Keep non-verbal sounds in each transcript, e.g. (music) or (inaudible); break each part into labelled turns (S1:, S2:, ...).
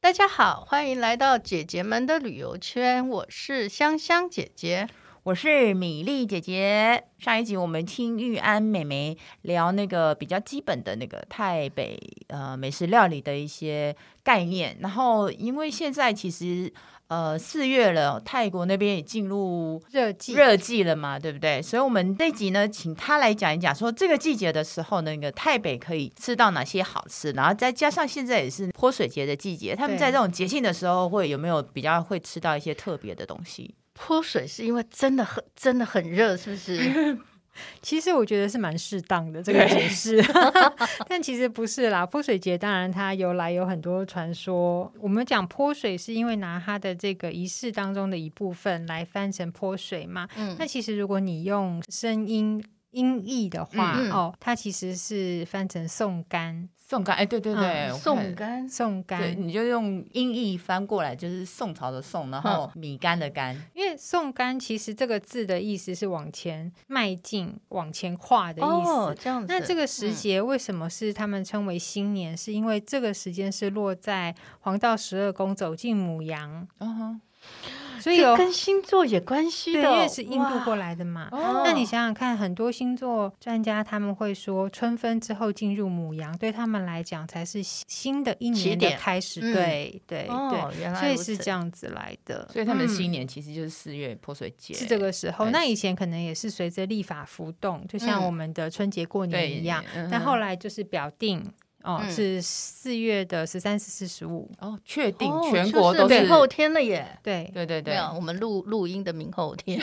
S1: 大家好，欢迎来到姐姐们的旅游圈，我是香香姐姐。
S2: 我是米粒姐姐。上一集我们听玉安妹妹聊那个比较基本的那个泰北呃美食料理的一些概念，然后因为现在其实呃四月了，泰国那边也进入
S1: 热季
S2: 热季了嘛，对不对？所以我们这集呢，请她来讲一讲，说这个季节的时候呢，那个泰北可以吃到哪些好吃，然后再加上现在也是泼水节的季节，他们
S1: 对
S2: 在这种节庆的时候会有没有比较会吃到一些特别的东西？
S1: 泼水是因为真的很真的很热，是不是？
S3: 其实我觉得是蛮适当的这个
S1: (laughs)
S3: 解释， (laughs) 但其实不是啦。泼水节当然它由来有很多传说，我们讲泼水是因为拿它的这个仪式当中的一部分来翻成泼水嘛。
S1: 嗯
S3: 那其实如果你用声音音译的话，
S1: 嗯嗯
S3: 哦，它其实是翻成送干，
S2: 宋干，哎，对对对，我
S3: 嗯
S2: 看
S1: 送干
S3: 送
S2: 对，
S3: 干。
S2: 你就用音译翻过来，就是宋朝的宋，然后
S3: 嗯
S2: 米干的干，
S3: 因为送干其实这个字的意思是往前迈进、往前跨的意思。
S1: 哦，这样子。
S3: 那这个时
S1: 嗯
S3: 节为什么是他们称为新年？是因为这个时间是落在黄道十二宫走进母羊，
S2: 嗯
S3: 所以
S1: 这
S3: 有
S1: 跟星座有关系
S3: 哦对，
S1: 的
S3: 因
S1: 哦，
S3: 为是印度
S1: 哇
S3: 过来的嘛。
S1: 哦
S3: 那你想想看，很多星座专家他们会说，春分之后进入母羊，对他们来讲才是新新的一
S1: 起
S3: 年的
S1: 点
S3: 开始。
S1: 嗯
S3: 对对
S1: 哦
S3: 对，，
S1: 原来
S3: 所以
S1: 如
S3: 是
S1: 此
S3: 这样子来的。
S2: 所以他们的
S3: 嗯
S2: 新年其实就是四月泼水节，
S3: 是这个时候。
S2: 开
S3: 那
S2: 始
S3: 以前可能也是随着历法浮动，就像
S1: 嗯
S3: 我们的春节过
S2: 对
S3: 年一样。，
S2: 嗯
S3: 但后来就是表定哦，
S1: 嗯
S3: 是四月的十三、十四、十五。
S2: 哦，确定
S1: 哦
S2: 全
S1: 就
S2: 国都
S1: 明后天了耶。
S3: 对，
S2: 对对
S1: 对
S2: 对，
S1: 啊，我们录录音的明后天，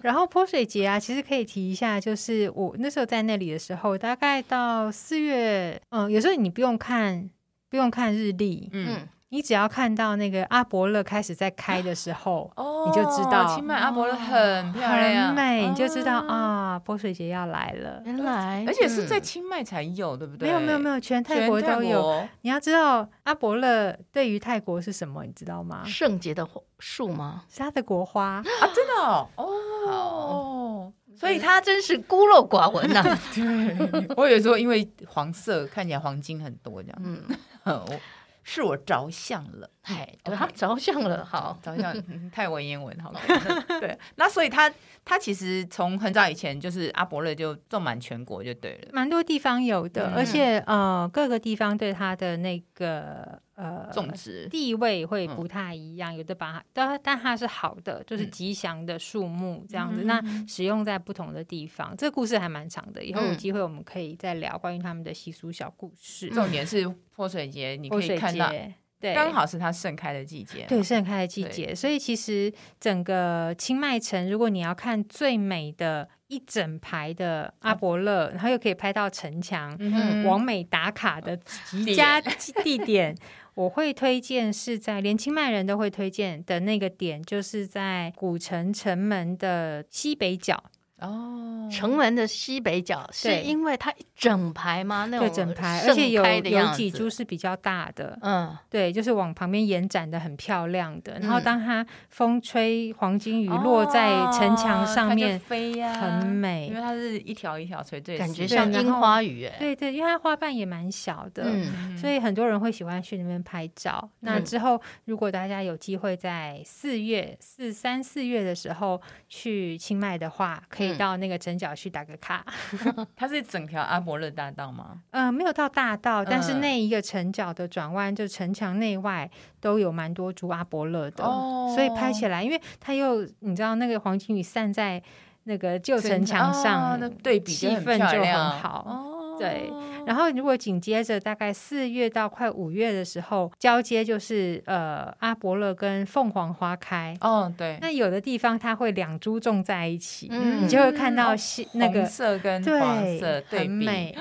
S3: 然后泼水节啊，其实可以提一下，就是我那时候在那里的时候，大概到四月，嗯，有时候你不用看，不用看日历，
S2: 嗯，，
S1: 嗯，
S3: 你只要看到那个阿伯勒开始在开的时候
S2: 哦
S3: 你就知道
S2: 清迈阿伯勒很漂亮，
S3: 很美，你就知道
S2: 哦，
S3: 啊，泼水节要来了。
S1: 原来，
S2: 而且是在
S1: 嗯
S2: 清迈才有，对不对？
S3: 没有没有没
S2: 有，
S3: 有，全泰国都有。
S2: 有，
S3: 你要知道，阿伯勒对于泰国是什么，你知道吗？
S1: 圣洁的树吗？
S3: 是它的国花。
S2: 真的哦哦。
S1: 所以他真是孤陋寡闻呐、
S2: 对，
S3: (laughs)
S2: 我有时候因为黄色看起来黄金很多这样，
S1: 嗯，
S2: (laughs) 我是我着相了，
S1: (laughs) 哎，对
S2: OK
S3: 哦
S1: 他着相了，好，
S2: 着相
S3: (laughs)
S2: 嗯太文言文好可能。对，那所以他他其实从很早以前就是阿伯勒就种满全国就对了，
S3: 蛮多地方有的，
S2: 嗯
S3: 而且呃，各个地方对它的那个呃
S2: 种植
S3: 地位会不太一样，有的把它，但但它是好的，就是
S2: 嗯
S3: 吉祥的树木这样子。
S2: 嗯
S3: 那使用在不同的地方，这个故事还蛮长的，以后有
S1: 嗯
S3: 机会我们可以再聊关于他们的习俗小故事。
S2: 重点是泼水节，你
S3: 嗯泼
S2: 可以
S3: 水
S2: 看到
S3: 节，对，
S2: 刚好是它盛开的季节。
S3: 对，盛开的季
S2: 对
S3: 节，所以其实整个清迈城，如果你要看最美的一整排的
S2: 啊
S3: 阿伯勒，然后又可以拍到城墙，
S2: 嗯
S1: 嗯
S2: 哼，
S3: 完美打卡的极
S2: 点
S3: 佳地点，我会推荐是在连清迈人都会推荐的那个点，就是在古城城门的西北角，
S2: 哦，
S1: 城门的西北角是
S3: 嗯对
S1: 因为它一整排吗？那
S3: 对
S1: 种
S3: 整排，而
S1: 盛
S3: 且有
S1: 开的样
S3: 有
S1: 子
S3: 几株，是比较大的，
S1: 嗯，
S3: 对，就是往旁边延展的很漂亮的。然
S1: 嗯
S3: 后
S1: 哦
S3: 当它风吹黄金雨落在城墙
S2: 哦它
S3: 上
S2: 就
S3: 面，
S2: 飞呀，
S3: 很美
S2: 因为它是一条一条垂坠式的，
S1: 感觉
S3: 对
S1: 像
S3: 然
S1: 樱
S3: 后
S1: 花雨哎、
S3: 对对，因为它花瓣也蛮小的，
S1: 嗯，
S2: 嗯
S3: 所以很多人会喜欢去那边拍照。那
S1: 嗯
S3: 之后，如果大家有机会在四月四三四月的时候去清迈的话，可
S1: 嗯
S3: 以到那个城角去打个卡。
S2: 它是整条阿伯勒大道吗？
S3: 呃，没有到大道，但是
S2: 嗯
S3: 那一个城角的转弯，就城墙内外都有蛮多株阿伯勒的，
S2: 哦
S3: 所以拍起来，因为它又你知道那个黄金雨散在那个旧城墙上，
S2: 哦那对比
S3: 气
S2: 就很
S3: 氛
S2: 漂
S3: 就
S2: 亮
S3: 很好。
S2: 哦
S3: 对然后，如果紧接着大概四月到快五月的时候，交接就是呃阿伯勒跟凤凰花开。
S2: 哦，对，
S3: 那有的地方它会两株种在一起，
S1: 嗯
S3: 你就会看
S2: 哦
S3: 到西、那
S2: 红
S3: 个
S2: 色跟
S3: 对
S2: 黄色对
S3: 很
S2: 比，
S3: 美。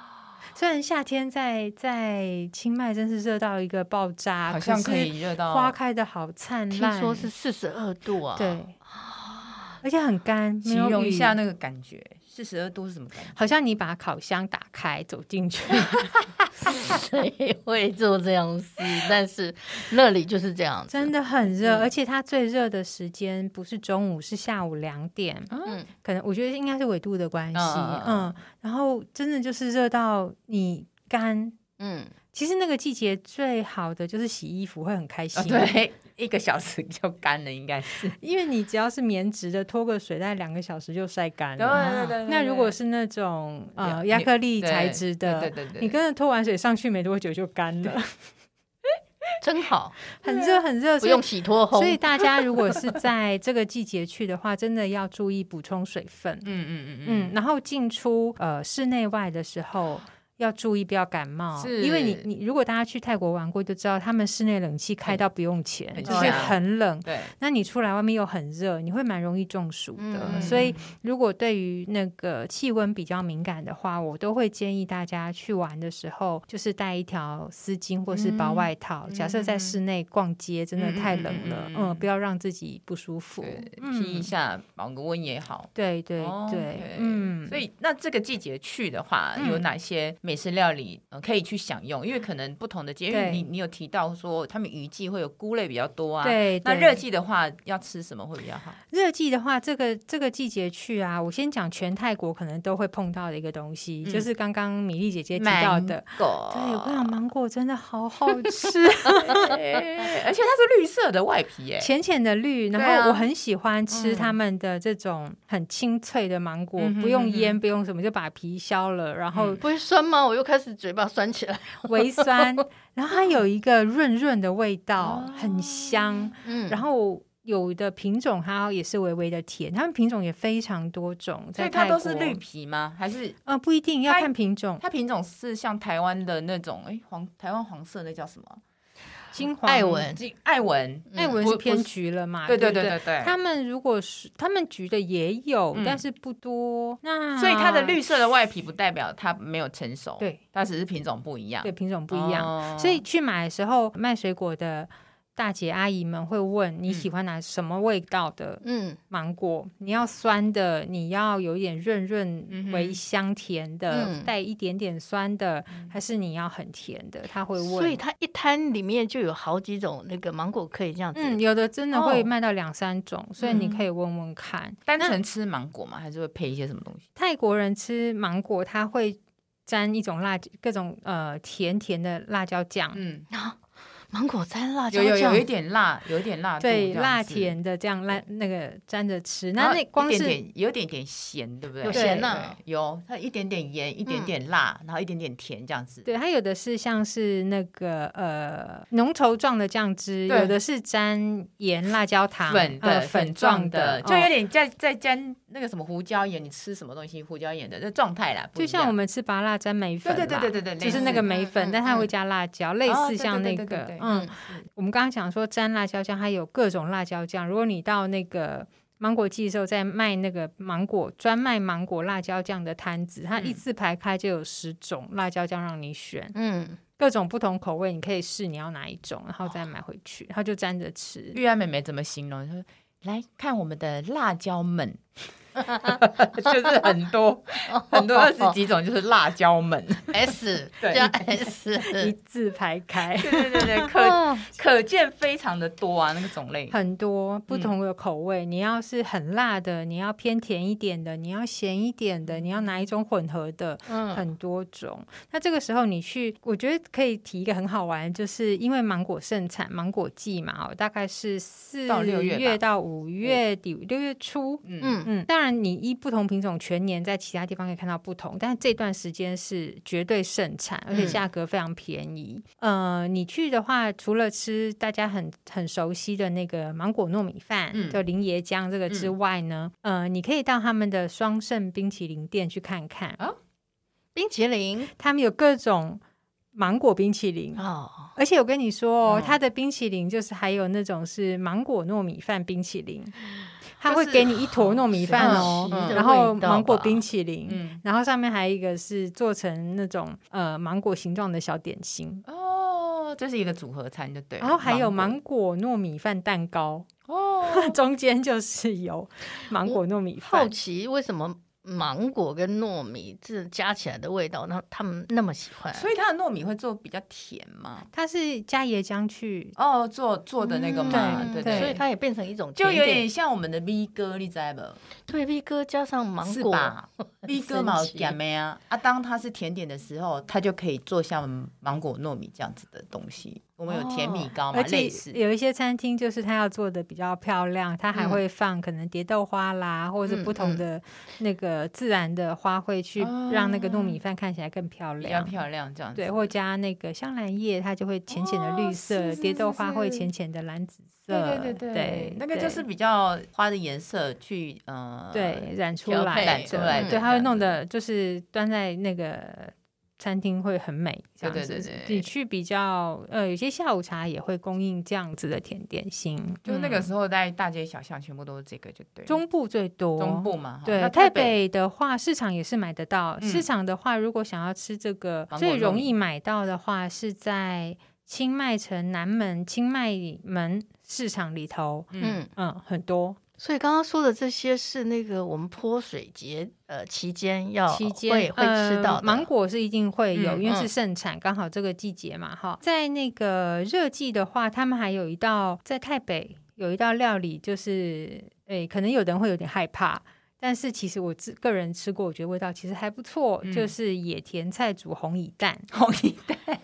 S3: (gasps) 虽然夏天在在清迈真是热到一个爆炸，
S2: 好像
S3: 可
S2: 啊可
S3: 是
S2: 以热哦到
S3: 花开的好灿
S1: 听
S3: 烂，
S1: 说是四十二度啊，
S3: 对，而且很干，没
S2: 形
S3: 有
S2: 容一
S3: 雨
S2: 下那个感觉，四十二度是什么感觉？
S3: 好像你把烤箱打开走
S2: (laughs)
S3: 进去，
S1: 谁会做这样事？但是那里就是这样子，
S3: 真的很热，
S1: 嗯
S3: 而且它最热的时间不是中午，是下午两点，
S1: 嗯，
S3: 可能我觉得应该是纬度的关系，
S2: 嗯嗯嗯
S3: 嗯，然后真的就是热到你干，
S1: 嗯
S3: 其实那个季节最好的就是洗衣服，会很开心。
S2: 啊，对，一个小时就干了，应该是。
S3: 因为你只要是棉质的，拖个水大概两个小时就晒
S2: (laughs)
S3: 干
S2: 对
S3: 了。
S2: 对对对
S3: 那如果是那种呃
S2: 对
S3: 亚克力
S2: 对
S3: 材质
S2: 对
S3: 的，
S2: 对对对，
S3: 你跟着拖完水上去没多久就干了，
S1: 真好，
S3: 很热很热，
S1: 不
S3: 所以
S1: 用洗脱烘
S3: 所。以大家如果是在这个季节去的话，真的要注意补充水分。
S2: 嗯嗯嗯
S3: 嗯，然后进出呃室内外的时候。要注意不要感冒，
S2: 是
S3: 因为你你如果大家去泰国玩过就知道，他们室内冷气开到不用钱，
S2: 很
S3: 就是
S2: 强
S3: 很冷
S2: 嗯，。对，
S3: 那你出来外面又很热，你会蛮容易中暑的。
S1: 嗯
S3: 所以如果对于那个气温比较敏感的话，我都会建议大家去玩的时候，就是带一条丝巾或是薄外套。
S2: 嗯
S3: 假设在室内逛街真的太冷了，
S2: 嗯嗯嗯
S3: 嗯
S2: 嗯嗯
S3: 不要让自己不舒服。
S2: 对，
S3: 嗯
S2: 拼一下保个温也好。
S3: 对对
S2: 哦
S3: 对
S2: OK，
S3: 嗯，
S2: 所以那这个季节去的话，
S3: 嗯
S2: 有哪些美食料理、呃、可以去享用？因为可能不同的节，因为
S3: 对
S2: 你你有提到说他们雨季会有菇类比较多啊。。
S3: 对，
S2: 那
S3: 对
S2: 热季的话，要吃什么会比较好？
S3: 热季的话，这个这个季节去啊，我先讲全泰国可能都会碰到的一个东西，
S2: 嗯
S3: 就是刚刚米粒姐姐提到的。
S2: 狗，
S3: 对，我跟你讲，芒果真的好好吃。
S2: (laughs) 哎而且它是绿色的外皮耶，
S3: 浅浅的绿，
S2: 对
S3: 然
S2: 啊
S3: 后我很喜欢吃
S2: 嗯
S3: 他们的这种很清脆的芒果，
S2: 嗯哼
S3: 不用
S2: 嗯
S3: 腌，
S2: 哼
S3: 不用什么，就把皮削了，然后
S2: 嗯
S1: 不会酸吗？我又开始嘴巴酸起来。
S2: (laughs)
S3: 微酸，然后它有一个润润的味道，
S2: 哦
S3: 很香。
S1: 嗯，
S3: 然后有的品种它也是微微的甜，它们品种也非常多种，
S2: 所以
S3: 在
S2: 它
S3: 泰
S2: 都
S3: 国
S2: 是绿，皮吗？还是
S3: 呃，不一定要
S2: 它
S3: 看品种，
S2: 它品种是像台湾的那种？哎，黄台湾黄色那叫什么？
S3: 金黄
S1: 艾，文，
S2: 金艾文，
S1: 嗯
S3: 艾
S2: 嗯
S3: 文
S2: 不
S3: 是偏
S2: 不是
S3: 橘了嘛？
S2: 对
S3: 啊对
S2: 对
S3: 不
S2: 对对对。
S3: 他们如果是他们橘的也有，
S2: 嗯
S3: 但是不多。那
S2: 所以它的绿色的外皮不代表它没有成熟，，
S3: 对
S2: 它只是品种不一样，
S3: 对品种不一样。
S2: 哦
S3: 所以去买的时候，卖水果的大姐阿姨们会问你
S2: 嗯
S3: 喜欢哪什么味道的
S1: 嗯，
S3: 芒果？你要酸的，你要有一点润
S2: 嗯
S3: 润
S2: 哼
S3: 微香甜的，
S1: 嗯
S3: 带一点点酸的，
S2: 嗯
S3: 还是你要很甜的？他会问。
S1: 所以它一摊里面就有好几种那个芒果可以这样子。
S3: 嗯，有的真的会
S2: 哦嗯
S3: 卖到两三种，所以你可以问问看。
S2: 单
S3: 那
S2: 纯吃芒果嘛，还是会配一些什么东西？
S3: 泰国人吃芒果，他会沾一种辣，各种呃甜甜的辣椒酱，
S2: 嗯，
S1: 芒果沾辣椒
S2: 有有
S1: 酱
S2: 有一点辣，有一点辣度这样子，
S3: 对，辣甜的这样辣那个沾着吃。
S2: 然
S3: 那
S2: 后
S3: 那
S2: 一
S3: 光
S2: 点
S3: 是
S2: 点有一点点咸，嗯对不对？
S1: 有
S2: 对
S1: 咸呐
S2: 对有它一点点盐，一点点辣，然后一点点甜这样子。
S3: 对，它有的是像是那个呃浓稠状的酱汁，
S2: 对
S3: 有的是沾盐、辣椒糖、
S2: 粉
S3: 呃
S2: 的
S3: 粉
S2: 状
S3: 的，
S2: 就
S3: 哦
S2: 有点在在沾那个什么胡椒盐，你吃什么东西胡椒盐的那状态啦，不
S3: 就
S2: 一
S3: 像
S2: 样
S3: 我们吃麻辣沾梅粉
S2: 对
S3: 啦，
S2: 对对对对对，
S3: 就是那个梅
S1: 嗯
S3: 粉，
S1: 嗯
S3: 但它
S1: 嗯
S3: 会加辣椒，类
S2: 哦
S3: 似
S2: 对
S3: 像
S2: 对
S3: 那
S2: 对对
S3: 个
S2: 对对
S3: 嗯，
S1: 嗯
S3: 我们刚刚讲说沾辣椒酱，它有各种辣椒酱。如果你到那个芒果季的时候，在卖那个芒果专卖芒果辣椒酱的摊子，它
S2: 嗯
S3: 一字排开就有十种辣椒酱让你选，
S1: 嗯，
S3: 各种不同口味，你可以试你要哪一种，然后再买回去，然后就沾着吃。
S2: 玉安妹妹怎么形容？她说：“来看我们的辣椒们， (laughs) 就是很多很多二十几种，就是辣椒们。
S1: 嗯
S3: (laughs)
S1: S
S2: 对
S1: 加
S3: 一
S1: S，
S3: 字排开，
S2: 对对对 (laughs) 对，可
S1: 哦
S2: 可见非常的多啊，那个种类。
S3: 很多不同的口味。你要是很辣的，你要偏甜一点的，你要咸一点的，你要哪一种混合的，
S1: 嗯，
S3: 很多种。那这个时候你去，我觉得可以提一个很好玩，就是因为芒果盛产，芒果季嘛，哦，大概是四
S2: 到六月吧
S3: 月到五月底，六月初。
S2: 嗯
S1: 嗯
S3: 嗯，当然，你依不同品种全年在其他地方可以看到不同，但这段时间是绝对盛产，
S2: 嗯
S3: 而且价格非常便宜。呃，你去的话，除了吃大家很很熟悉的那个芒果糯米饭，
S2: 嗯
S3: 就林爷江这个之外呢，呃，你可以到他们的双盛冰淇淋店去看看。
S1: 冰淇淋
S3: 他们有各种芒果冰淇淋，
S1: 哦，
S3: 而且我跟你说哦，
S2: 嗯
S3: 它的冰淇淋就是还有那种是芒果糯米饭冰淇淋，它
S1: 就
S3: 会
S1: 是
S3: 给你一坨糯米饭
S2: 好，
S3: 哦
S2: 神奇的
S3: 然后
S1: 味道
S3: 芒果
S1: 吧
S3: 冰淇淋。
S2: 嗯
S3: 然后上面还有一个是做成那种呃芒果形状的小点心，
S2: 哦，这是一个组合餐，就对了。
S3: 然后哦还有
S2: 芒
S3: 芒果糯米饭蛋糕， (laughs)
S2: 果哦，
S3: 中间就是有芒果糯米
S1: 好
S3: 饭。
S1: 奇为什么芒果跟糯米这加起来的味道，那他们那么喜欢，
S2: 所以它的糯米会做比较甜嘛？
S3: 它是加椰浆去，
S2: 哦，做做的那个嘛，
S1: 嗯
S2: 对
S3: 对
S1: 所以它也变成一种
S2: 就
S1: 甜
S2: 有
S1: 点
S2: 点像我们的 V 哥，你知道不？
S1: 对 V 哥加上芒
S2: 是
S1: 果，
S3: (laughs)
S2: 吧？V 哥嘛，
S1: 神
S2: 有
S1: 奇
S2: 甜的啊！啊，当它是甜点的时候，它就可以做像芒果糯米这样子的东西。我们有甜米糕嘛，
S3: 哦而且
S2: 类似。嗯
S3: 有一些餐厅就是它要做的比较漂亮，它还会放可能蝶豆花啦，或者是不同的那个自然的花卉去
S2: 哦
S3: 让那个糯米饭看起来更漂
S2: 比较
S3: 亮。
S2: 漂亮这样子，
S3: 对，或加那个香兰叶，它就会浅浅的绿色；
S2: 哦是是
S3: 蝶豆花
S2: 是
S3: 会浅浅的蓝紫
S2: 对
S3: 色。
S2: 对对
S3: 对
S2: 那个就是比较花的颜色去呃，
S3: 对，染出
S1: 调
S3: 来，
S1: 配
S2: 染出来
S1: 嗯
S3: 对，
S2: 的
S3: 它会弄
S2: 这样
S3: 得就是端在那个餐厅会很美，这样
S2: 对
S3: 子
S2: 对对对
S3: 你去比较呃，有些下午茶也会供应这样子的甜点心，
S2: 子，就那个
S3: 嗯
S2: 时候在大街小巷全部都是这个，就对了，
S3: 中部最多，
S2: 中部嘛，哈
S3: 对
S2: 那
S3: 台
S2: 台北
S3: 北的话，市场也是买得到。
S2: 嗯
S3: 市场的话，如果想要吃这个
S2: 芒果糯
S3: 最容
S2: 米
S3: 易买到的话，是在清迈城南门清迈门市场里头，
S2: 嗯，
S1: 嗯，
S3: 嗯，很多。
S1: 所以刚刚说的这些是那个我们泼水节呃期间要
S3: 期
S1: 会
S3: 间
S1: 会吃到的
S3: 呃、芒果是一定会有，
S2: 嗯
S3: 因为
S2: 嗯
S3: 是盛产，刚好这个季节嘛，哈。在那个热季的话，他们还有一道在台北有一道料理，就是诶，可能有的人会有点害怕。但是其实我自个人吃过，我觉得味道其实还不错，
S2: 嗯
S3: 就是野田菜煮红蚁蛋，
S2: 红衣
S3: (laughs)
S2: 蛋，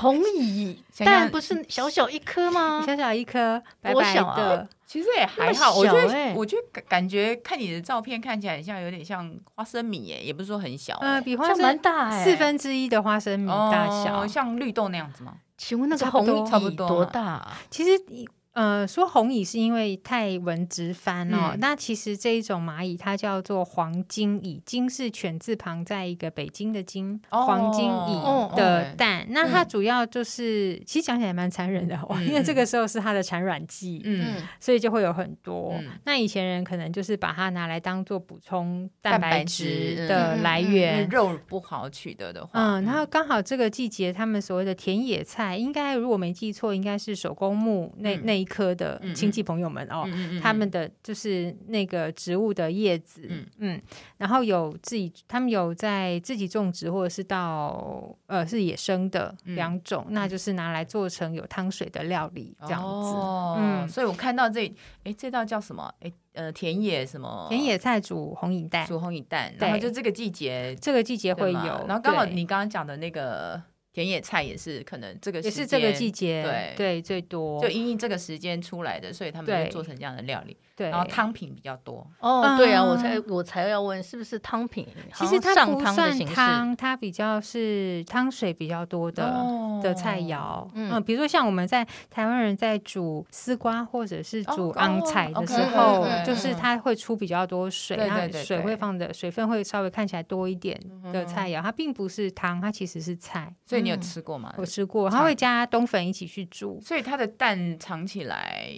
S1: 红蚁
S2: 想
S1: 蛋
S2: 想
S1: 不是小小一颗
S3: 你
S1: 吗？
S3: 小小一颗，白
S1: 多
S3: 白
S1: 小啊
S3: 的，
S2: 其实也还
S1: 那么
S2: 好，我觉
S1: 小欸
S2: 得我觉得感感觉看你的照片看起来很像有点像花生米耶，也不是说很小
S3: 呃，
S2: 欸，
S3: 比花
S1: 这蛮
S3: 生
S1: 大哎、
S3: 四。分之一的花生米大小，
S2: 哦像绿豆那样子吗？
S1: 请问那个
S3: 差不多
S1: 红
S2: 差不
S1: 蚁
S2: 多
S1: 多
S2: 嘛
S1: 大、啊？
S3: 其实你呃说红蚁是因为太文直翻哦，
S2: 嗯
S3: 那其实这一种蚂蚁它叫做黄金蚁，金是犬字旁在一个北京的金，
S2: 哦
S3: 黄金
S1: 哦
S3: 蚁的
S2: OK
S3: 蛋。那它
S1: 嗯
S3: 主要就是，其实讲起来蛮残忍的哦，
S2: 嗯
S3: (laughs) 因为
S2: 嗯
S3: 这个时候是它的产卵季，
S2: 嗯，
S1: 嗯，
S3: 所以就会有很多。
S2: 嗯
S3: 那以前人可能就是把它拿来当做补充
S2: 蛋
S3: 蛋
S2: 白
S3: 白
S2: 质
S3: 质
S2: 嗯
S3: 的
S1: 嗯
S3: 来
S1: 嗯嗯
S3: 源，
S2: 因为肉不好取得的话，
S3: 嗯，然后刚好这个季节，他们所谓的田野菜，应该如果没记错，应该是手工木那、
S2: 嗯
S3: 那一科的
S2: 嗯嗯
S3: 亲戚朋友们哦，
S2: 嗯
S3: 他们的就是那个植物的叶子，
S2: 嗯
S3: 嗯然后有自己，他们有在自己种植，或者是到呃是野生的
S2: 嗯
S3: 两种，那就是拿来做成有汤水的料理这样子。
S2: 哦、
S3: 嗯
S2: 所以我看到这，哎，这道叫什么？哎，呃，田野什么？
S3: 田野菜煮红饮蛋，
S2: 煮红蚁蛋，
S3: 对
S2: 然后就这个季节
S3: 这个季节
S2: 对
S3: 会有
S2: 吗，然后刚好
S3: 对
S2: 你刚刚讲的那个田野菜也是可能这个
S3: 也
S2: 时
S3: 是这个
S2: 间
S3: 季节，
S2: 对
S3: 对最多
S2: 就因应这个时间出来的，所以他们
S3: 对
S2: 就做成这样的料理，
S3: 对，
S2: 然后汤品比较多。
S1: 哦，对啊，我
S3: 嗯
S1: 才我才要问，是不是汤品？
S3: 其实
S1: 好像
S3: 它
S1: 上
S3: 不
S1: 汤的
S3: 算
S1: 形式，
S3: 汤，它比较是汤水比较多的、
S2: 哦
S3: 的菜肴。
S1: 嗯
S3: 嗯、比如说像我们在台湾人在煮丝瓜或者是煮
S2: 哦
S3: 昂菜的时
S1: ，OK，OK，
S3: 候，
S1: 嗯嗯
S3: 就是它会出比较多水，
S2: 对对
S3: 然
S2: 对
S3: 后水会放的水分会稍微看起来多一点的菜肴，它并不是汤，它其实是菜。
S2: 所以你有吃过吗？
S3: 嗯我吃过，
S2: 呃菜
S3: 它会加冬粉一起去煮。
S2: 所以它的蛋尝起来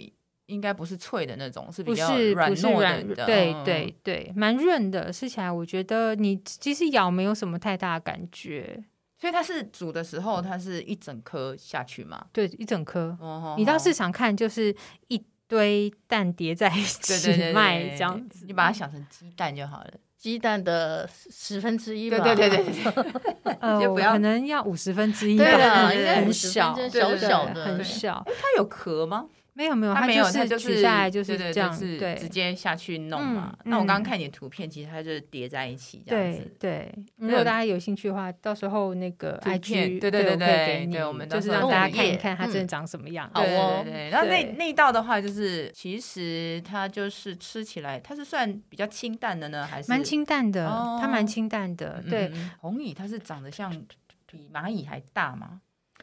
S2: 应该不是脆的那种，是比
S3: 不
S2: 较
S3: 是
S2: 软
S3: 不是
S2: 糯
S3: 软
S2: 的，嗯的
S3: 对对对，蛮润的，吃起来我觉得你其实咬没有什么太大的感觉，
S2: 所以它是煮的时候，它是一整颗下去嘛。
S3: 对，一整颗，
S2: 哦
S3: 你到市场看就是一堆蛋叠在一
S2: 对对对
S3: 起
S2: 对
S3: 卖
S2: 对
S3: 这样子，嗯
S2: 你把它想成鸡蛋就好了。
S1: 鸡蛋的十十分之一吧。
S2: 对对
S3: 啊
S2: 对对对，
S3: 呃，
S2: 就不
S3: 我
S2: 要啊
S3: 可能要五十分之一吧，
S1: 对啦
S2: 应该
S3: 很
S1: 50
S3: 小，
S1: 分之
S3: 对
S1: 小
S3: 对
S1: 小的
S3: 很
S1: 对
S3: 小，
S2: 它有壳吗？
S3: 没有没有，
S2: (laughs) 它没有，它就
S3: 就取下来就
S2: 对
S3: 是
S2: 对
S3: 这样，
S2: 就是直
S3: 对
S2: 接下去弄嘛。
S3: 嗯
S2: 那我刚刚
S3: 嗯
S2: 看你的图片，其实它就是叠在一起这样
S3: 对
S2: 子。
S3: 对。如果大家有兴趣的话，到时候那个
S2: 图片
S3: IG
S2: 对对对
S3: 对我可
S2: 对
S3: 以给你
S2: 对我们到
S3: 就是
S2: 时候
S3: 让大家
S1: 弄
S3: 看
S1: 一
S3: 一
S1: 页
S3: 看它真的
S1: 嗯
S3: 长什么样。
S1: 好
S2: 对
S1: 哦
S2: 对对，然后那
S3: 对
S2: 那一道的话，就是其实它就是吃起来，它是算比较清淡的呢，还是
S3: 蛮清淡的，它
S2: 哦
S3: 蛮清淡的，对，
S2: 嗯红蚁它是长得像比蚂蚁还大嘛，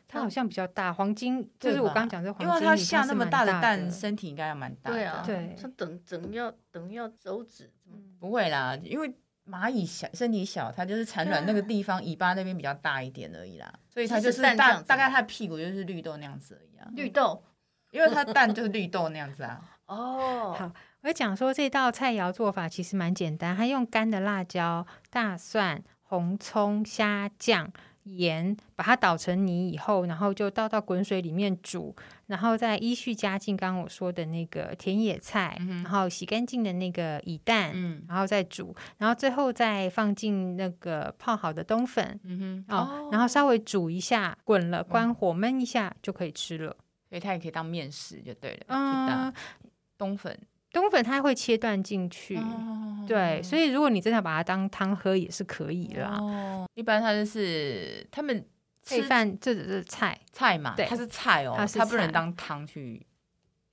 S3: 它好像比较大，黄金就是
S2: 对
S3: 我
S2: 吧
S3: 刚刚讲这黄
S2: 因
S3: 金，
S2: 为它下那么
S3: 大
S2: 的蛋，
S3: 的
S2: 身体应该要蛮大的。
S1: 对啊，
S3: 对
S1: 这等等要等要手指，
S3: 嗯
S2: 不会啦，因为蚂蚁小身体小，它就是产卵那个地方尾巴那边比较大一点而已啦，所以它就是
S1: 啊就是蛋这样
S2: 大
S1: 子啊
S2: 大概它的屁股就是绿豆那样子而已啊，
S1: 绿豆
S2: 因为它蛋就是绿豆那样子
S3: (laughs)
S2: 啊。
S1: 哦，
S3: 嗯好我讲说这道菜肴做法其实蛮简单，它用干的辣椒、大蒜、红葱、虾酱、盐，把它捣成泥以后，然后就倒到滚水里面煮，然后再依序加进刚刚我说的那个田野菜，
S2: 嗯哼
S3: 然后洗干净的那个乙蛋，
S2: 嗯
S3: 然后再煮，然后最后再放进那个泡好的冬粉。
S2: 嗯哼，
S3: 哦，然后稍微煮一下，滚了，关火焖一下就可以吃了。
S2: 所以它也可以当面食就对了，嗯，
S3: 嗯
S2: 当，冬粉，
S3: 冬粉它会切断进去，
S2: 哦
S3: 对，所
S2: 以
S3: 以如果你真的把它当汤喝也是可以啦。
S2: 哦，一般它就是他们
S3: 配
S2: 吃
S3: 饭这这菜，
S2: 菜嘛，
S3: 对
S2: 它是菜哦，
S3: 它是
S2: 它不能
S3: 菜
S2: 当汤去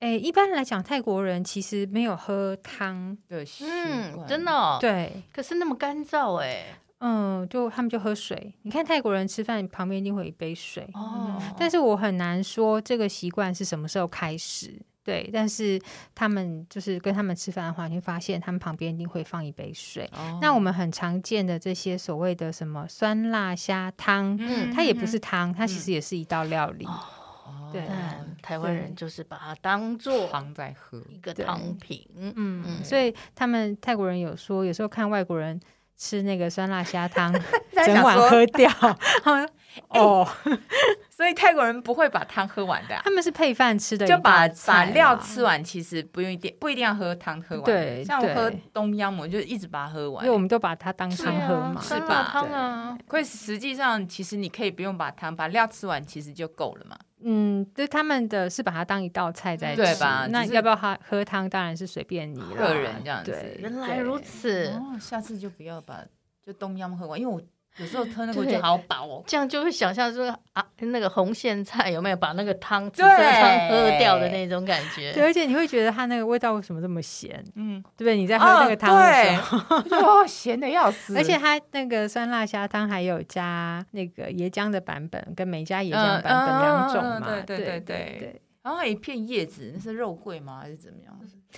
S3: 诶，一般来讲，泰国人其实没有喝汤，
S2: 的习
S1: 嗯，
S2: 惯
S1: 真的、哦。
S3: 对，
S1: 可是那么干燥哎、
S3: 嗯，就他们就喝水。你看泰国人吃饭旁边一定会有一杯水，
S1: 哦，
S3: 但是我很难说这个习惯是什么时候开始。对，但是他们就是跟他们吃饭的话，你会发现他们旁边一定会放一杯水。
S2: 哦
S3: 那我们很常见的这些所谓的什么酸辣虾汤，
S1: 嗯
S3: 它也不是汤，它其
S2: 嗯
S3: 实也是一道料理。
S2: 哦
S3: 对
S1: 但台湾人就是把它当做
S2: 汤在喝，
S1: 一个
S3: 对
S1: 汤品，
S3: 嗯，
S1: 嗯
S3: 所以他们泰国人有说，有时候看外国人吃那个酸辣虾汤，
S2: 在
S3: 整
S2: 想
S3: 碗
S2: 说
S3: 喝掉，他们哦，
S2: 所以泰国人不会把汤喝完的啊、
S3: 他们是配饭吃的一
S2: 就
S3: 道
S2: 把把
S3: 菜
S2: 料
S3: 啦
S2: 吃完，其实不用一定不一定要喝汤喝完。
S3: 对
S2: 像我喝
S3: 对
S2: 东央我就一直把它喝
S3: 因
S2: 完
S3: 为。我们都把它当
S1: 对
S3: 汤
S1: 啊
S3: 喝嘛，
S1: 酸
S2: 是
S1: 辣
S2: 吧
S1: 汤啊，
S2: 可以实际上，其实你可以不用把汤把料吃完，其实就够了嘛。
S3: 嗯，对，他们的是把它当一道菜在吃，
S2: 对吧
S3: 那
S2: 就是
S3: 要不要喝喝汤，当然是随便你了，
S2: 个人这样子
S3: 对
S1: 原来如此，
S2: 哦，下次就不要把就东央喝完，因为我有时候喝那个我
S1: 对
S2: 就好饱哦。
S1: 这样就会想象说啊，那个红苋菜有没有把那个汤紫色汤喝掉的那种感觉？
S3: 对，而且你会觉得它那个味道为什么这么咸，
S2: 嗯，
S3: 对不对？你在喝那个汤的时候，
S2: 哦，对，哦，咸的要死。
S3: 而且它那个酸辣虾汤还有加那个椰浆的版本跟没加椰
S2: 嗯
S3: 浆版本两种
S2: 嗯嗯嗯
S3: 嘛，
S2: 嗯对
S3: 对
S2: 对对
S3: 对
S2: 对然后还有一片叶子，那是肉桂吗？还是怎么样？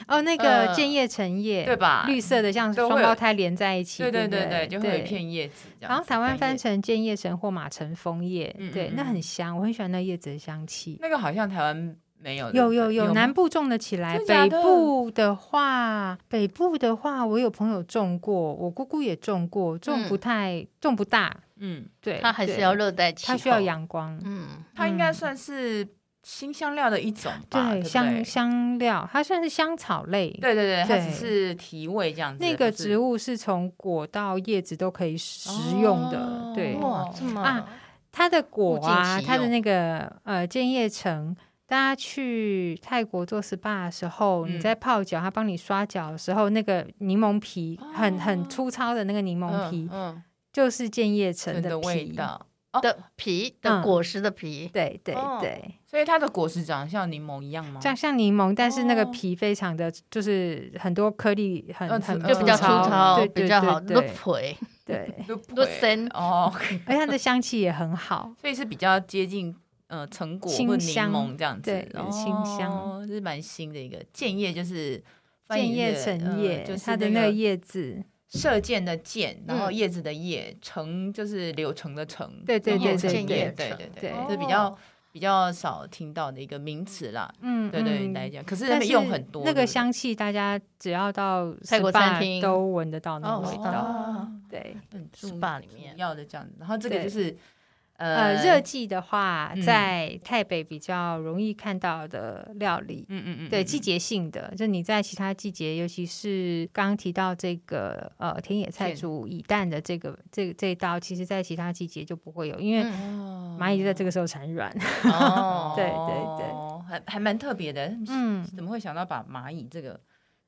S3: 哦，那
S1: 呃
S3: 个建叶橙叶，
S2: 对吧？
S3: 绿色的像
S2: 都
S3: 双
S2: 会有
S3: 胞胎连在一起，
S2: 对对
S3: 对不
S2: 对对，
S3: 对，
S2: 就会有一。片叶子这样子。
S3: 然后台湾
S2: 翻
S3: 翻
S2: 译
S3: 成建叶橙或马橙枫叶
S2: 嗯，
S3: 对
S2: 嗯，
S3: 那
S2: 嗯
S3: 很香，我很喜欢那叶子的香气。
S2: 那个好像台湾没有，
S3: 有
S2: 对不
S3: 有
S2: 对
S3: 有，
S2: 吗
S3: 南部种的起来，
S2: 真
S3: 北
S2: 假的
S3: 部的话，北部的话，我有朋友种过，我姑姑也种过，种不
S1: 嗯
S3: 太种不大，
S2: 嗯，
S3: 对，
S1: 它还是
S3: 对
S1: 要，热带气候，
S3: 它需要，阳光，
S1: 嗯，
S2: 它应该
S3: 嗯
S2: 算是新香料的一种吧，对
S3: 对，
S2: 不
S3: 香
S2: 对
S3: 香料，它算是香草类，
S2: 对对对，它只
S3: 对
S2: 是提味这样子，
S3: 那个
S2: 不是
S3: 植物是从果到叶子都可以食用的
S2: 哦，
S3: 对，
S1: 哇，这么
S3: 啊它的果
S2: 物
S3: 啊，
S2: 尽其
S3: 它的
S2: 用
S3: 那个呃建叶橙，大家去泰国做 SPA 的时候，
S2: 嗯
S3: 你在泡脚，它帮你刷脚的时候，那个柠檬皮很
S2: 哦
S3: 很粗糙的那个柠檬皮，
S2: 嗯，
S3: 就是建叶
S2: 嗯
S3: 橙
S2: 的
S3: 皮
S2: 味。道，
S1: 的皮的
S3: 嗯
S1: 果实的皮，
S3: 对对
S1: 哦
S3: 对，
S2: 所以它的果实长得像柠檬一样吗？
S3: 像像柠檬，但是那个
S2: 哦
S3: 皮非常的，就是很多颗粒，很
S2: 呃
S3: 很
S2: 嗯
S1: 就比较粗糙，
S3: 对
S1: 比较好
S3: 对
S1: 入
S3: 对
S1: 腿，
S3: 对，对
S2: 就不
S1: 就
S2: 会
S1: 生
S2: 哦，
S3: 而且它的香气也很好。
S2: 所以是比较接近呃成果
S3: 清
S2: 或柠
S3: 香
S2: 檬这样子，
S3: 对
S2: 哦
S3: 清香，
S2: 这是蛮新的一个建叶，就是翻
S3: 建
S2: 译
S3: 叶
S2: 的
S3: 橙
S2: 呃
S3: 叶，
S2: 就是
S3: 它的
S2: 那
S3: 那
S2: 个
S3: 个叶子，
S2: 射箭的箭，然后
S1: 嗯
S2: 叶子的叶，橙就是柳橙的橙，
S3: 对对
S2: 叶
S3: 对
S2: 橙
S3: 对
S2: 叶
S3: 对
S2: 对
S1: 橙
S2: 对
S3: 对哦
S2: 这比较比较少听到的一个名词啦。
S3: 嗯，
S2: 对对，
S3: 嗯
S2: 来讲，可是
S3: 但
S2: 他们
S3: 是
S2: 用很多
S3: 那
S2: 对
S3: 个
S2: 不对
S3: 香气，大家只要到
S1: 泰国
S3: SPA
S1: 餐厅
S3: 都闻得到那个味
S1: 哦
S3: 道。
S2: 哦
S3: 对，
S2: 很
S1: 是
S2: 重
S1: 吧里
S2: 主
S1: 面
S2: 要的这样子，然后这个
S3: 对
S2: 就是
S3: 呃，
S2: 呃
S3: 热季的话
S2: 嗯，
S3: 在台北比较容易看到的料理。
S2: 嗯嗯嗯，
S3: 对
S2: 嗯
S3: (laughs) 季节性的，就你在其他季节，尤其是刚刚提到这个呃田野菜
S2: 是
S3: 煮乙蛋的这个这这一道，其实在其他季节就不会有，因为
S1: 嗯，
S2: 哦
S3: 蚂蚁就在这个时候产卵。
S1: 哦
S3: 对对对
S2: 哦还还蛮特别的，
S3: 嗯，
S2: 怎么会想到把蚂蚁这个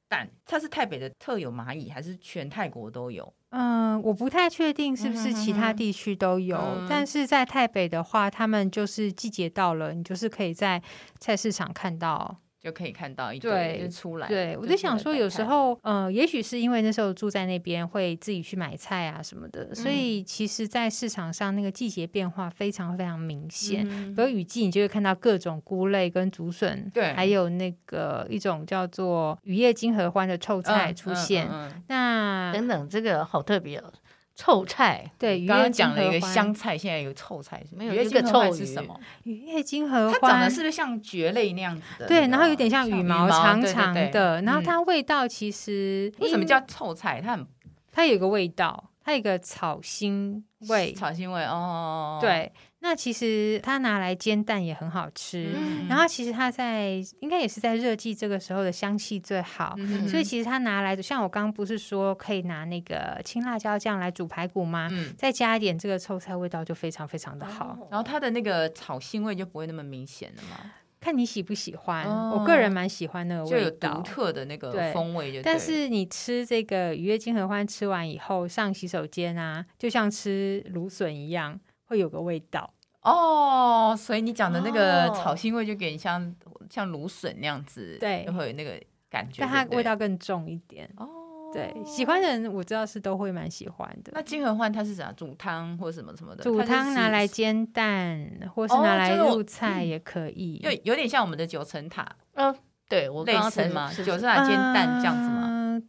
S2: 蛋？它是台北的特有蚂蚁，还是全泰国都有？
S3: 嗯，我不太确定是不是其他地区都有，
S2: 嗯
S3: 但是在台北的话，他们就是季节到了，你就是可以在菜市场看到。
S2: 就可以看到一
S3: 对
S2: 堆就出来。
S3: 对，我
S2: 出
S3: 就想
S2: 来
S3: 说，
S2: 摆
S3: 有时
S2: 摊
S3: 候，呃，也许是因为那时候住在那边，会自己去买菜啊什么的，
S2: 嗯
S3: 所以其实，在市场上那个季节变化非常非常明显。
S2: 嗯
S3: 比如雨季，你就会看到各种菇类跟竹笋，
S2: 对
S3: 还有那个一种叫做雨夜金合欢
S2: (laughs)
S3: 的臭菜
S2: 嗯
S3: 出
S2: 嗯
S3: 现。
S2: 嗯嗯
S3: 那
S1: 等等，这个好特别哦，臭菜，
S3: 对，雨
S2: 刚
S3: 夜
S2: 刚
S3: 金
S2: 讲了一
S3: 合
S2: 个
S3: 欢
S2: 香菜，现在有臭菜是吗，
S1: 没有
S2: 鱼
S1: 一
S2: 叶金
S1: 个
S2: 合欢
S1: 臭
S2: 是什
S1: 鱼
S2: 么？
S3: 雨夜金合
S2: 它
S3: 欢，
S2: 长得是不是像蕨类那样子的那个？
S3: 对，然后有点像羽毛，长
S2: 对对
S3: 长
S2: 对
S3: 的，然后
S2: 嗯
S3: 它味道其实
S2: 为什么
S3: 因
S2: 叫臭菜？它很
S3: 它有个味道，它有一个草腥味，
S2: 草腥味哦，，
S3: 对。那其实它拿来煎蛋也很好吃，
S2: 嗯
S3: 然后其实它在应该也是在热季这个时候的香气最好，
S2: 嗯
S3: 所以其实它拿来像我刚刚不是说可以拿那个青辣椒酱来煮排骨吗？
S2: 嗯，哦
S3: 再加一点这个臭菜，味道就非常非常的好。
S2: 然后它的那个草腥味就不会那么明显了嘛，
S3: 看你喜不喜欢，
S2: 哦
S3: 我个人蛮喜欢那个
S2: 就有
S3: 味
S2: 独
S3: 道。
S2: 特的那个
S3: 对
S2: 风味就对了，
S3: 但是你吃这个愉悦金合欢吃完以后，上洗手间啊，就像吃芦笋一样，会有个味道。
S2: 哦，所以你讲的那个
S1: 哦
S2: 草腥味就有点像像芦笋那样子，
S3: 对
S2: 就会有那个感觉，
S3: 但它
S2: 对不对
S3: 味道更重一点。
S2: 哦，
S3: 对，喜欢的人我知道是都会蛮喜欢
S2: 那
S3: 的。
S2: 金合欢它是啥？煮汤或什么什么的？
S3: 煮
S2: 它就
S3: 汤
S2: 是
S3: 拿来煎蛋，或是
S2: 哦
S3: 拿来
S2: 这个我嗯
S3: 入菜也可以。
S2: 有有点像我们的九层塔
S1: 嗯，对我刚
S2: 类
S1: 刚
S2: 似
S1: 才
S2: 嘛，
S1: 是
S2: 九层塔煎蛋这样子嘛。
S3: 嘛？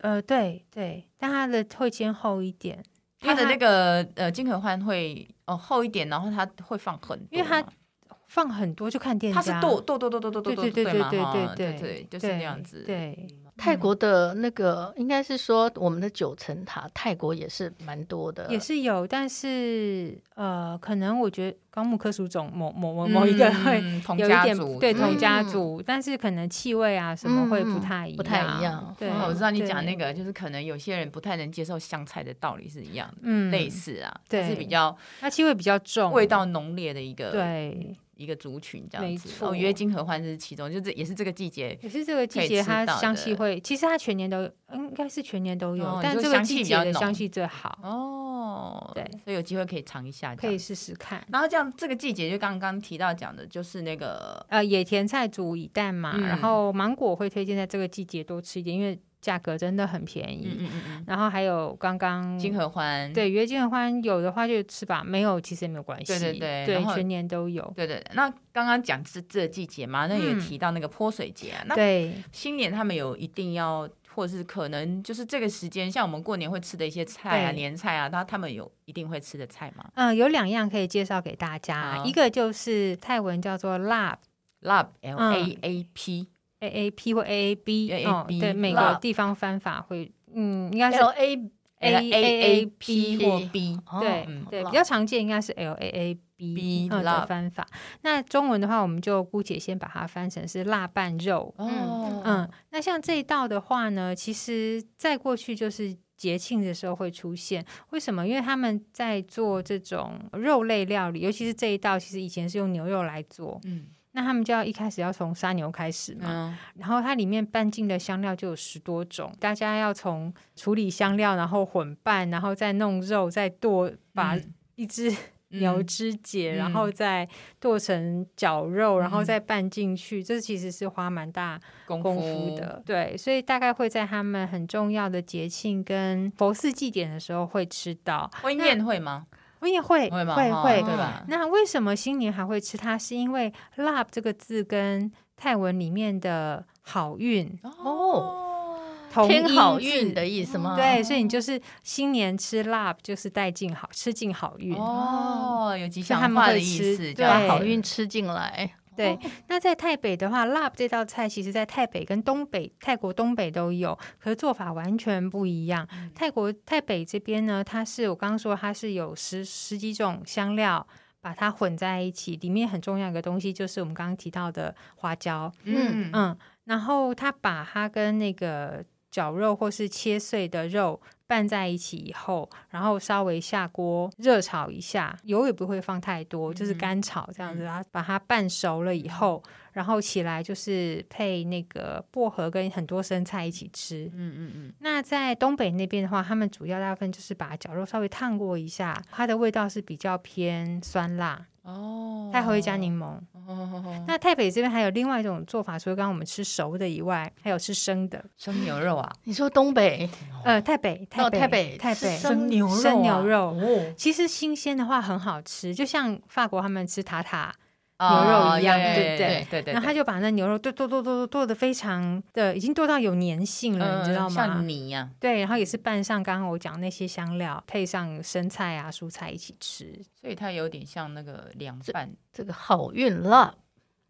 S3: 呃，对对，但它的会煎厚一点，因
S2: 它
S3: 为
S2: 的那个呃金合欢会哦厚一点，然后它会放很多嘛，
S3: 因为它放很多就看店家。
S2: 它是剁剁剁剁剁剁剁剁
S3: 对对对
S2: 嘛
S3: 对
S2: 哈
S3: 对
S2: 对
S3: 对
S2: 对，就是
S3: 对
S2: 那样子。
S3: 对，
S2: 嗯
S1: 泰国的那个应该是说我们的九层塔，泰国也是蛮多的，
S3: 也是有，但是呃，可能我觉得高木科属种某某某某一个
S2: 嗯
S3: 会
S2: 同
S3: 有一
S2: 家
S3: 点
S2: 族
S3: 对
S2: 之类
S3: 同
S2: 的
S3: 家
S1: 嗯
S3: 族，但是可能气味啊什么
S1: 嗯
S3: 会
S1: 嗯
S3: 不太一
S1: 不太一样嗯
S3: 对
S2: 哦，我知道你讲那
S3: 对
S2: 个，就是可能有些人不太能接受香菜的道理是一样的，
S3: 嗯
S2: 类，似啊，就
S3: 对
S2: 是比较
S3: 它气味比较重，
S2: 味道浓烈的一个
S3: 对，
S2: 一个族群这样
S3: 没
S2: 子。
S3: 错
S2: 哦，约金合欢是其中，就这也是这个季节
S3: 也是这个
S2: 可
S3: 季
S2: 以
S3: 节
S2: 吃
S3: 它
S2: 到
S3: 香
S2: 的
S3: 气会，其实它全年都应该是全年都有，
S2: 哦你
S3: 但
S2: 说
S3: 这个
S2: 香气
S3: 季
S2: 比
S3: 节
S2: 较
S3: 的
S2: 浓
S3: 香气最好，
S2: 哦，
S3: 对，
S2: 所以有机会可以尝一下，
S3: 可以。试试看。
S2: 然后这样，这个季节就刚刚提到讲的，就是那个
S3: 呃，野甜菜煮以蛋嘛，
S2: 嗯
S3: 然后芒果会推荐在这个季节多吃一点，因为价格真的很便宜。
S2: 嗯嗯嗯
S3: 然后还有刚刚
S2: 嗯，金合欢，
S3: 对约金合欢有的话就吃吧，没有其实也没有关系。
S2: 对对对然后
S3: 对，全年都有。
S2: 对对。对那刚刚讲是这季节嘛，那也
S3: 嗯
S2: 提到那个泼水节啊，那
S3: 对，
S2: 新年他们有一定要，或者是可能就是这个时间，像我们过年会吃的一些菜啊、
S3: 对
S2: 年菜啊，那他们有一定会吃的菜吗
S3: 嗯、有两样可以介绍给大家，
S2: 好
S3: 一个就是泰文叫做辣
S2: ？Lap L
S3: 嗯
S2: A A P，
S3: A A P 或 A A B，
S2: AAB
S3: 哦，对，每
S1: 辣
S3: 个地方翻法会，嗯，应该是
S1: L A
S2: L
S3: A
S2: 呃 A
S3: A
S2: P
S3: P
S2: 或 B，
S1: 哦
S3: 对、
S2: 嗯
S3: 对，
S1: 辣
S3: 比较常见应该是 L A A
S2: B，
S3: B 嗯
S2: 辣
S3: 的翻法。那中文的话，我们就姑且先把它翻成是辣拌肉。
S2: 哦，
S3: 嗯，那像这一道的话呢，其实在过去就是节庆的时候会出现。为什么？因为他们在做这种肉类料理，尤其是这一道，其实以前是用牛肉来做，
S2: 嗯
S3: 那他们就要一开始要从杀牛开始嘛。
S2: 嗯，
S3: 然后它里面拌进的香料就有十多种，大家要从处理香料，然后混拌，然后再弄肉，再剁，把
S2: 嗯
S3: 一只
S2: 嗯
S3: 牛肢解，然后
S2: 嗯
S3: 再剁成绞肉，然后
S2: 嗯
S3: 再拌进去。这其实是花蛮大
S2: 功
S3: 功夫的，对，所以大概会在他们很重要的节庆跟佛寺祭典的时候会吃到。
S2: 婚宴会吗？
S3: 我也会，
S2: 会吗？
S3: 会
S2: 哈
S3: 会
S2: 对吧？
S3: 那为什么新年还会吃它？是因为 “love” 这个字跟泰文里面的好运
S2: 哦，
S3: 同
S1: 天好
S3: 音字
S1: 运的意思吗？
S3: 对，所以你就是新年吃 love 就是带进好吃进好运。
S2: 哦，有吉
S3: 所以
S2: 祥
S3: 他们
S2: 话
S3: 会
S2: 的意
S3: 吃
S2: 思，
S3: 对
S2: 叫
S1: 把
S2: 好
S1: 好
S2: 运
S1: 运吃进来。
S3: 对，那在台北的话，love 这道菜其实在台北跟东北、泰国东北都有，可是做法完全不一样。泰国台北这边呢，它是我刚刚说它是有十十几种香料。把它混在一起，里面很重要一个东西就是我们刚刚提到的花椒，
S2: 嗯嗯
S3: 嗯，然后它把它跟那个绞肉或是切碎的肉拌在一起以后，然后稍微下锅热炒一下，油也不会放太多，就是
S2: 嗯
S3: 干炒这样子，然后把它拌熟了以后，然后起来就是配那个薄荷跟很多生菜一起吃。
S2: 嗯嗯
S3: 那在东北那边的话，他们主要大部分就是把绞肉稍微烫过一下，它的味道是比较偏酸辣，
S2: 嗯，哦，
S3: 它还会加柠檬。
S2: 哦
S3: 那台北这边还有另外一种做法，除了刚刚我们吃熟的以外，还有吃生的。
S2: 生牛肉啊，
S1: 你说东北
S3: 呃，台北，台
S1: 哦
S3: 北，
S1: 台北
S3: 台
S1: 吃
S3: 北
S1: 生牛肉
S3: 生牛
S1: 啊
S3: 肉。
S2: 哦，
S3: 其实新鲜的话很好吃，就像法国他们吃塔塔，
S2: 哦
S3: 牛肉一
S2: 呀
S3: 样
S2: 呀
S3: 对
S2: 呀
S3: 不对
S2: 对对，
S3: 然后他
S2: 就
S3: 就把那牛肉剁剁剁剁剁剁的非常的，已经剁到有粘性了，嗯你知道吗
S2: 嗯像？泥呀，
S3: 对，然后也是拌上刚刚我讲那些香料，配上生菜啊、蔬菜一起吃。
S2: 所以它有点像那个凉拌
S1: 这个好运辣，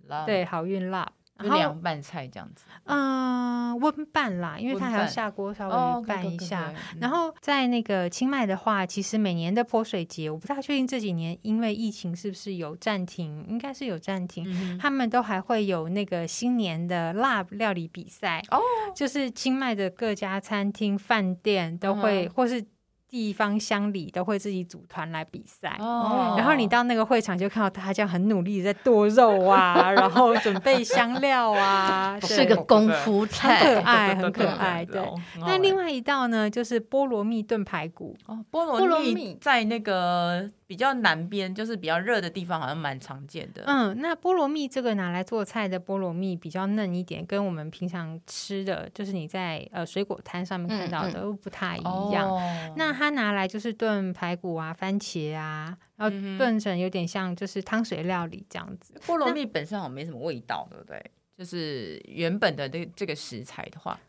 S2: 啦，
S3: 对，好运辣，
S2: 就凉拌菜这样子。
S3: 嗯，温拌啦，因为它还要
S2: 温拌
S3: 下锅稍
S2: 哦，
S3: 微拌一下。然
S2: 后
S3: 后在那个清迈的话，其实每年的泼水节，我不大确定这几年因为疫情是不是有暂停，应该是有暂
S2: 嗯
S3: 停。他们都还会有那个新年的辣料理比赛
S2: 哦，
S3: 就是清迈的各家餐厅、饭店都会，
S2: 嗯
S3: 或是地方乡里都会自己组团来比赛。
S2: 哦，
S3: 嗯然后你到那个会场就看到大家很努力地在剁
S2: (laughs)
S3: 肉啊，然后准备香料啊，
S2: 对
S1: 是个功夫
S3: 很
S1: 菜
S3: 可，爱很可爱对那另
S2: 外
S3: 外一道呢，就是菠萝蜜炖排骨。
S2: 哦，菠
S1: 菠萝
S2: 萝蜜
S1: 蜜
S2: 在那个比较南边，就是比较热的地方，好像蛮常见的。
S3: 嗯，那菠萝蜜这个拿来做菜的菠萝蜜比较嫩一点，跟我们平常吃的，就是你在呃水果摊上面看到的、不太一样。
S2: 嗯哦
S3: 那它拿来就是炖排骨啊、番茄啊，然后
S2: 嗯哼
S3: 炖成有点像就是汤水料理这样子。
S2: 菠萝蜜本身好像没什么味道，对不对？就是原本的这这个食材的话，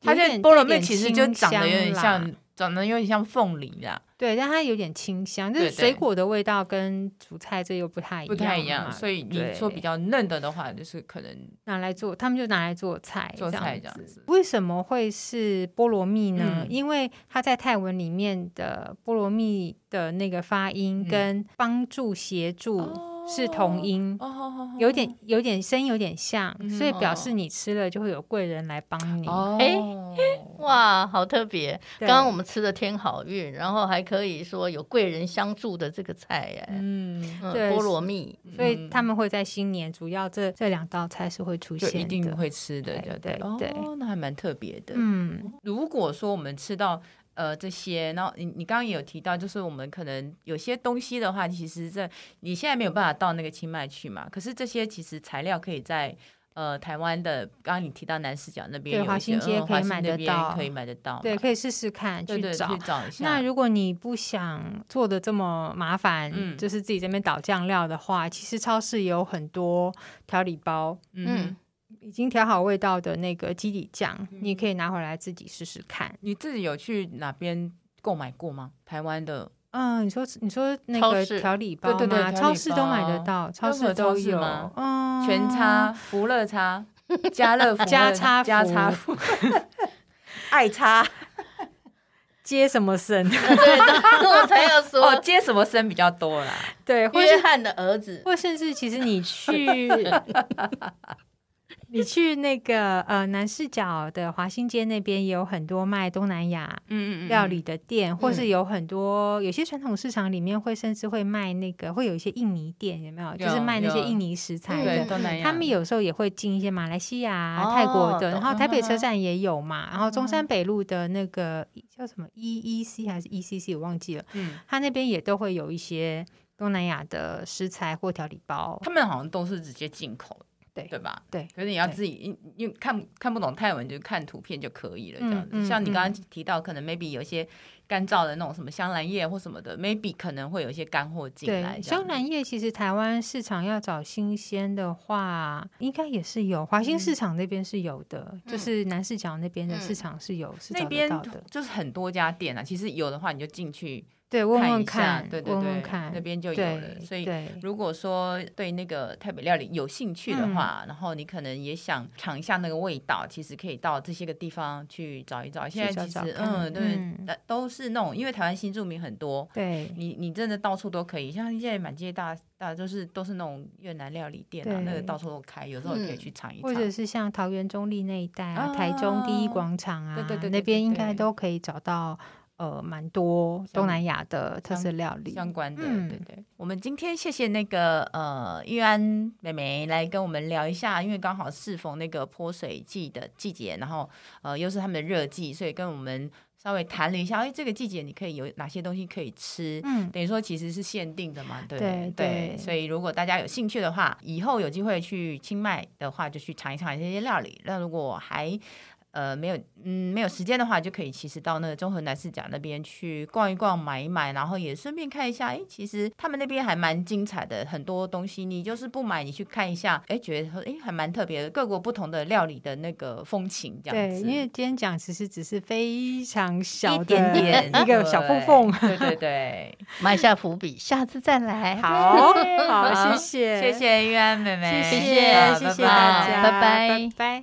S2: 它
S3: 有
S2: 这
S3: 点
S2: 菠萝
S3: 带
S2: 蜜
S3: 点
S2: 其实就长得有点
S3: 清香啦
S2: 像，长得有点像凤梨啦，
S3: 对，但它有点清香，就
S2: 对
S3: 是
S2: 对
S3: 水果的味道跟主菜这又不太一
S2: 不
S3: 样，
S2: 太一样。所
S3: 以
S2: 以你
S3: 对
S2: 说比较嫩的的话，就是可能
S3: 拿来做，他们就拿来做菜，
S2: 做菜这
S3: 哎子
S2: 样子。
S3: 为什么会是菠萝蜜呢？
S2: 嗯
S3: 因为它在泰文里面的菠萝蜜的那个发音
S2: 嗯
S3: 跟帮助、协助
S2: 哦
S3: 是同音，
S2: 哦哦，哦
S3: 有点有点声音有点像，
S2: 嗯
S3: 所以表示你吃了就会有贵人来帮你。
S2: 哦，
S1: 哎 (laughs) 哇，好特别！
S3: 对
S1: 刚刚我们吃的天好运，然后还可以说有贵人相助的这个菜耶，
S2: 嗯，
S1: 嗯
S3: 对
S1: 菠萝蜜，
S3: 所以他们会在新年主要这这两道菜是会出
S2: 就
S3: 现的，
S2: 一定会吃的，
S3: 对
S2: 对
S3: 对对
S2: 哦，那还蛮特别的。
S3: 嗯，
S2: 如果说我们吃到呃这些，然后你你刚刚也有提到，就是我们可能有些东西的话，其实这你现在没有办法到那个清迈去嘛，可是这些其实材料可以在。呃，台湾的，刚刚你提到南势角那边有一
S3: 对
S2: 些，
S3: 华新街
S2: 嗯
S3: 可以
S2: 华新
S3: 买
S2: 那
S3: 得
S2: 边
S3: 到
S2: 可以买得到嘛，
S3: 对，
S2: 以
S3: 可以试试看
S2: 对
S3: 去
S2: 对
S3: 找。
S2: 去找一下。
S3: 那如果你不想做的这么麻烦，
S2: 嗯
S3: 就是自己这边倒酱料的话，其实超市有很多调理包，
S2: 嗯
S1: 嗯
S2: 哼，，
S3: 已经调好味道的那个基底酱，你
S2: 嗯
S3: 可以拿回来自己试试看。
S2: 你自己有去哪边购买过吗？台湾的
S3: 嗯，你说你说那
S1: 超
S3: 个
S1: 市
S3: 调理包吗？
S2: 对对对调
S3: 超
S2: 理
S3: 市
S2: 包
S3: 都买得到，超
S2: 任何
S3: 市
S2: 超
S3: 都
S2: 市
S3: 有
S2: 吗。
S3: 嗯，
S2: 全差、福乐
S3: (laughs)
S2: 差、家乐福、
S3: 加差福
S2: 加差福、
S3: (laughs)
S2: 爱差
S3: 接什么
S2: (laughs)
S1: (laughs)
S3: 神？
S1: 对，我才要
S2: 哦，
S1: 说，
S2: 接什么生比较多啦？
S3: 对，或
S1: 约
S3: 是
S1: 翰的儿
S2: (laughs)
S1: 子，
S3: 或甚至其实你去。你去那个呃南市角的华新街那边也有很多卖东南亚
S2: 嗯
S3: 料理的店，或是
S1: 嗯
S3: 有很多有些传统市场里面会甚至会卖那个，会有一些印尼店，有没有？就是
S2: 有
S3: 卖那些
S2: 有
S3: 印尼食材
S2: 对
S3: 的。
S2: 东南亚，
S3: 他们有时候也会进一些马来西亚啊、
S1: 哦
S3: 泰国的，
S1: 懂
S3: 然后台北
S2: 嗯
S3: 车站也有嘛，然后中
S2: 哦
S3: 山北路的那个叫什么 E E C 还是 E C C 我忘记了，
S2: 嗯，
S3: 他那边也都会有一些东南亚的食材或调理包。
S2: 他们好像都是直接进口，
S3: 对
S2: 对吧？
S3: 对
S2: 可是你要
S3: 对
S2: 自己因因为看看不懂泰文，就看图片就可以了，这样子。
S3: 嗯嗯
S2: 像你
S3: 嗯
S2: 刚刚提到，可能 maybe 有一些干燥的那种什么香兰叶或什么的，maybe 可能会有一些干货进来
S3: 对，
S2: 这样子。
S3: 香兰叶其实台湾市场要找新鲜的话，应该也是有，华兴市
S2: 嗯
S3: 场那边是有的，就是南市角那边的市场是有，是
S2: 那
S3: 找得
S2: 边
S3: 到的。
S2: 就是很多家店啊，其实有的话你就进去
S3: 对，问问
S2: 一下，
S3: 看，
S2: 对对对，
S3: 问问看，
S2: 那边就有了。
S3: 对，
S2: 所以
S3: 对。
S2: 如果说对那个台北料理有兴趣
S3: 嗯
S2: 的话，然后你可能也想尝一下那个味道，其实可以到这些个地方去找一找。现在其实
S3: 找看
S2: 嗯，对，
S3: 嗯
S2: 那都是那种因为台湾新住民很多。
S3: 对
S2: 你你真的到处都可以，像现在满街大大就是都是那种越南料理店啊，
S3: 对
S2: 那个到处都开，有时候也可以
S1: 嗯
S2: 去尝一尝。
S3: 或者是像桃园中立那一带啊，
S2: 啊
S3: 台中第一广场啊，
S2: 对对对对
S3: 那
S2: 对
S3: 边应该
S2: 对
S3: 都可以找到呃蛮多东南亚的特
S2: 相
S3: 色料理。
S2: 相关的，
S3: 嗯
S2: 对对。我们今天谢谢那个呃玉安妹妹来跟我们聊一下，因为刚好适逢那个泼水季的季节，然后呃又是他们的热季，所以跟我们稍微谈了一下，哎，这个季节你可以有哪些东西可以吃？
S3: 嗯，
S2: 等于说其实是限定的嘛，对
S3: 对对
S2: 所以如果大家有兴趣的话，以后有机会去清迈的话，就去尝一尝这些料理。那如果还呃没有嗯没有时间的话，就可以其实到那个中和南市甲那边去逛一逛、买一买，然后也顺便看一下，哎，其实他们那边还蛮精彩的，很多东西你就是不买，你去看一下，哎，觉得哎还蛮特别的，各国不同的料理的那个风情这样
S3: 对，
S2: 子。
S3: 因为今天讲其实只是非常小
S2: 一
S3: 的
S2: 点
S3: (laughs)
S2: 点
S3: 一个小缝缝。
S2: 对对对，
S1: 埋下伏笔，下次再来。
S2: 好
S3: 好，谢
S2: 谢
S3: 谢，
S2: 谢玉安妹妹，
S3: 谢谢，
S1: 谢谢
S3: 谢谢
S1: 拜拜
S3: 大家，
S1: 拜拜
S3: 拜拜。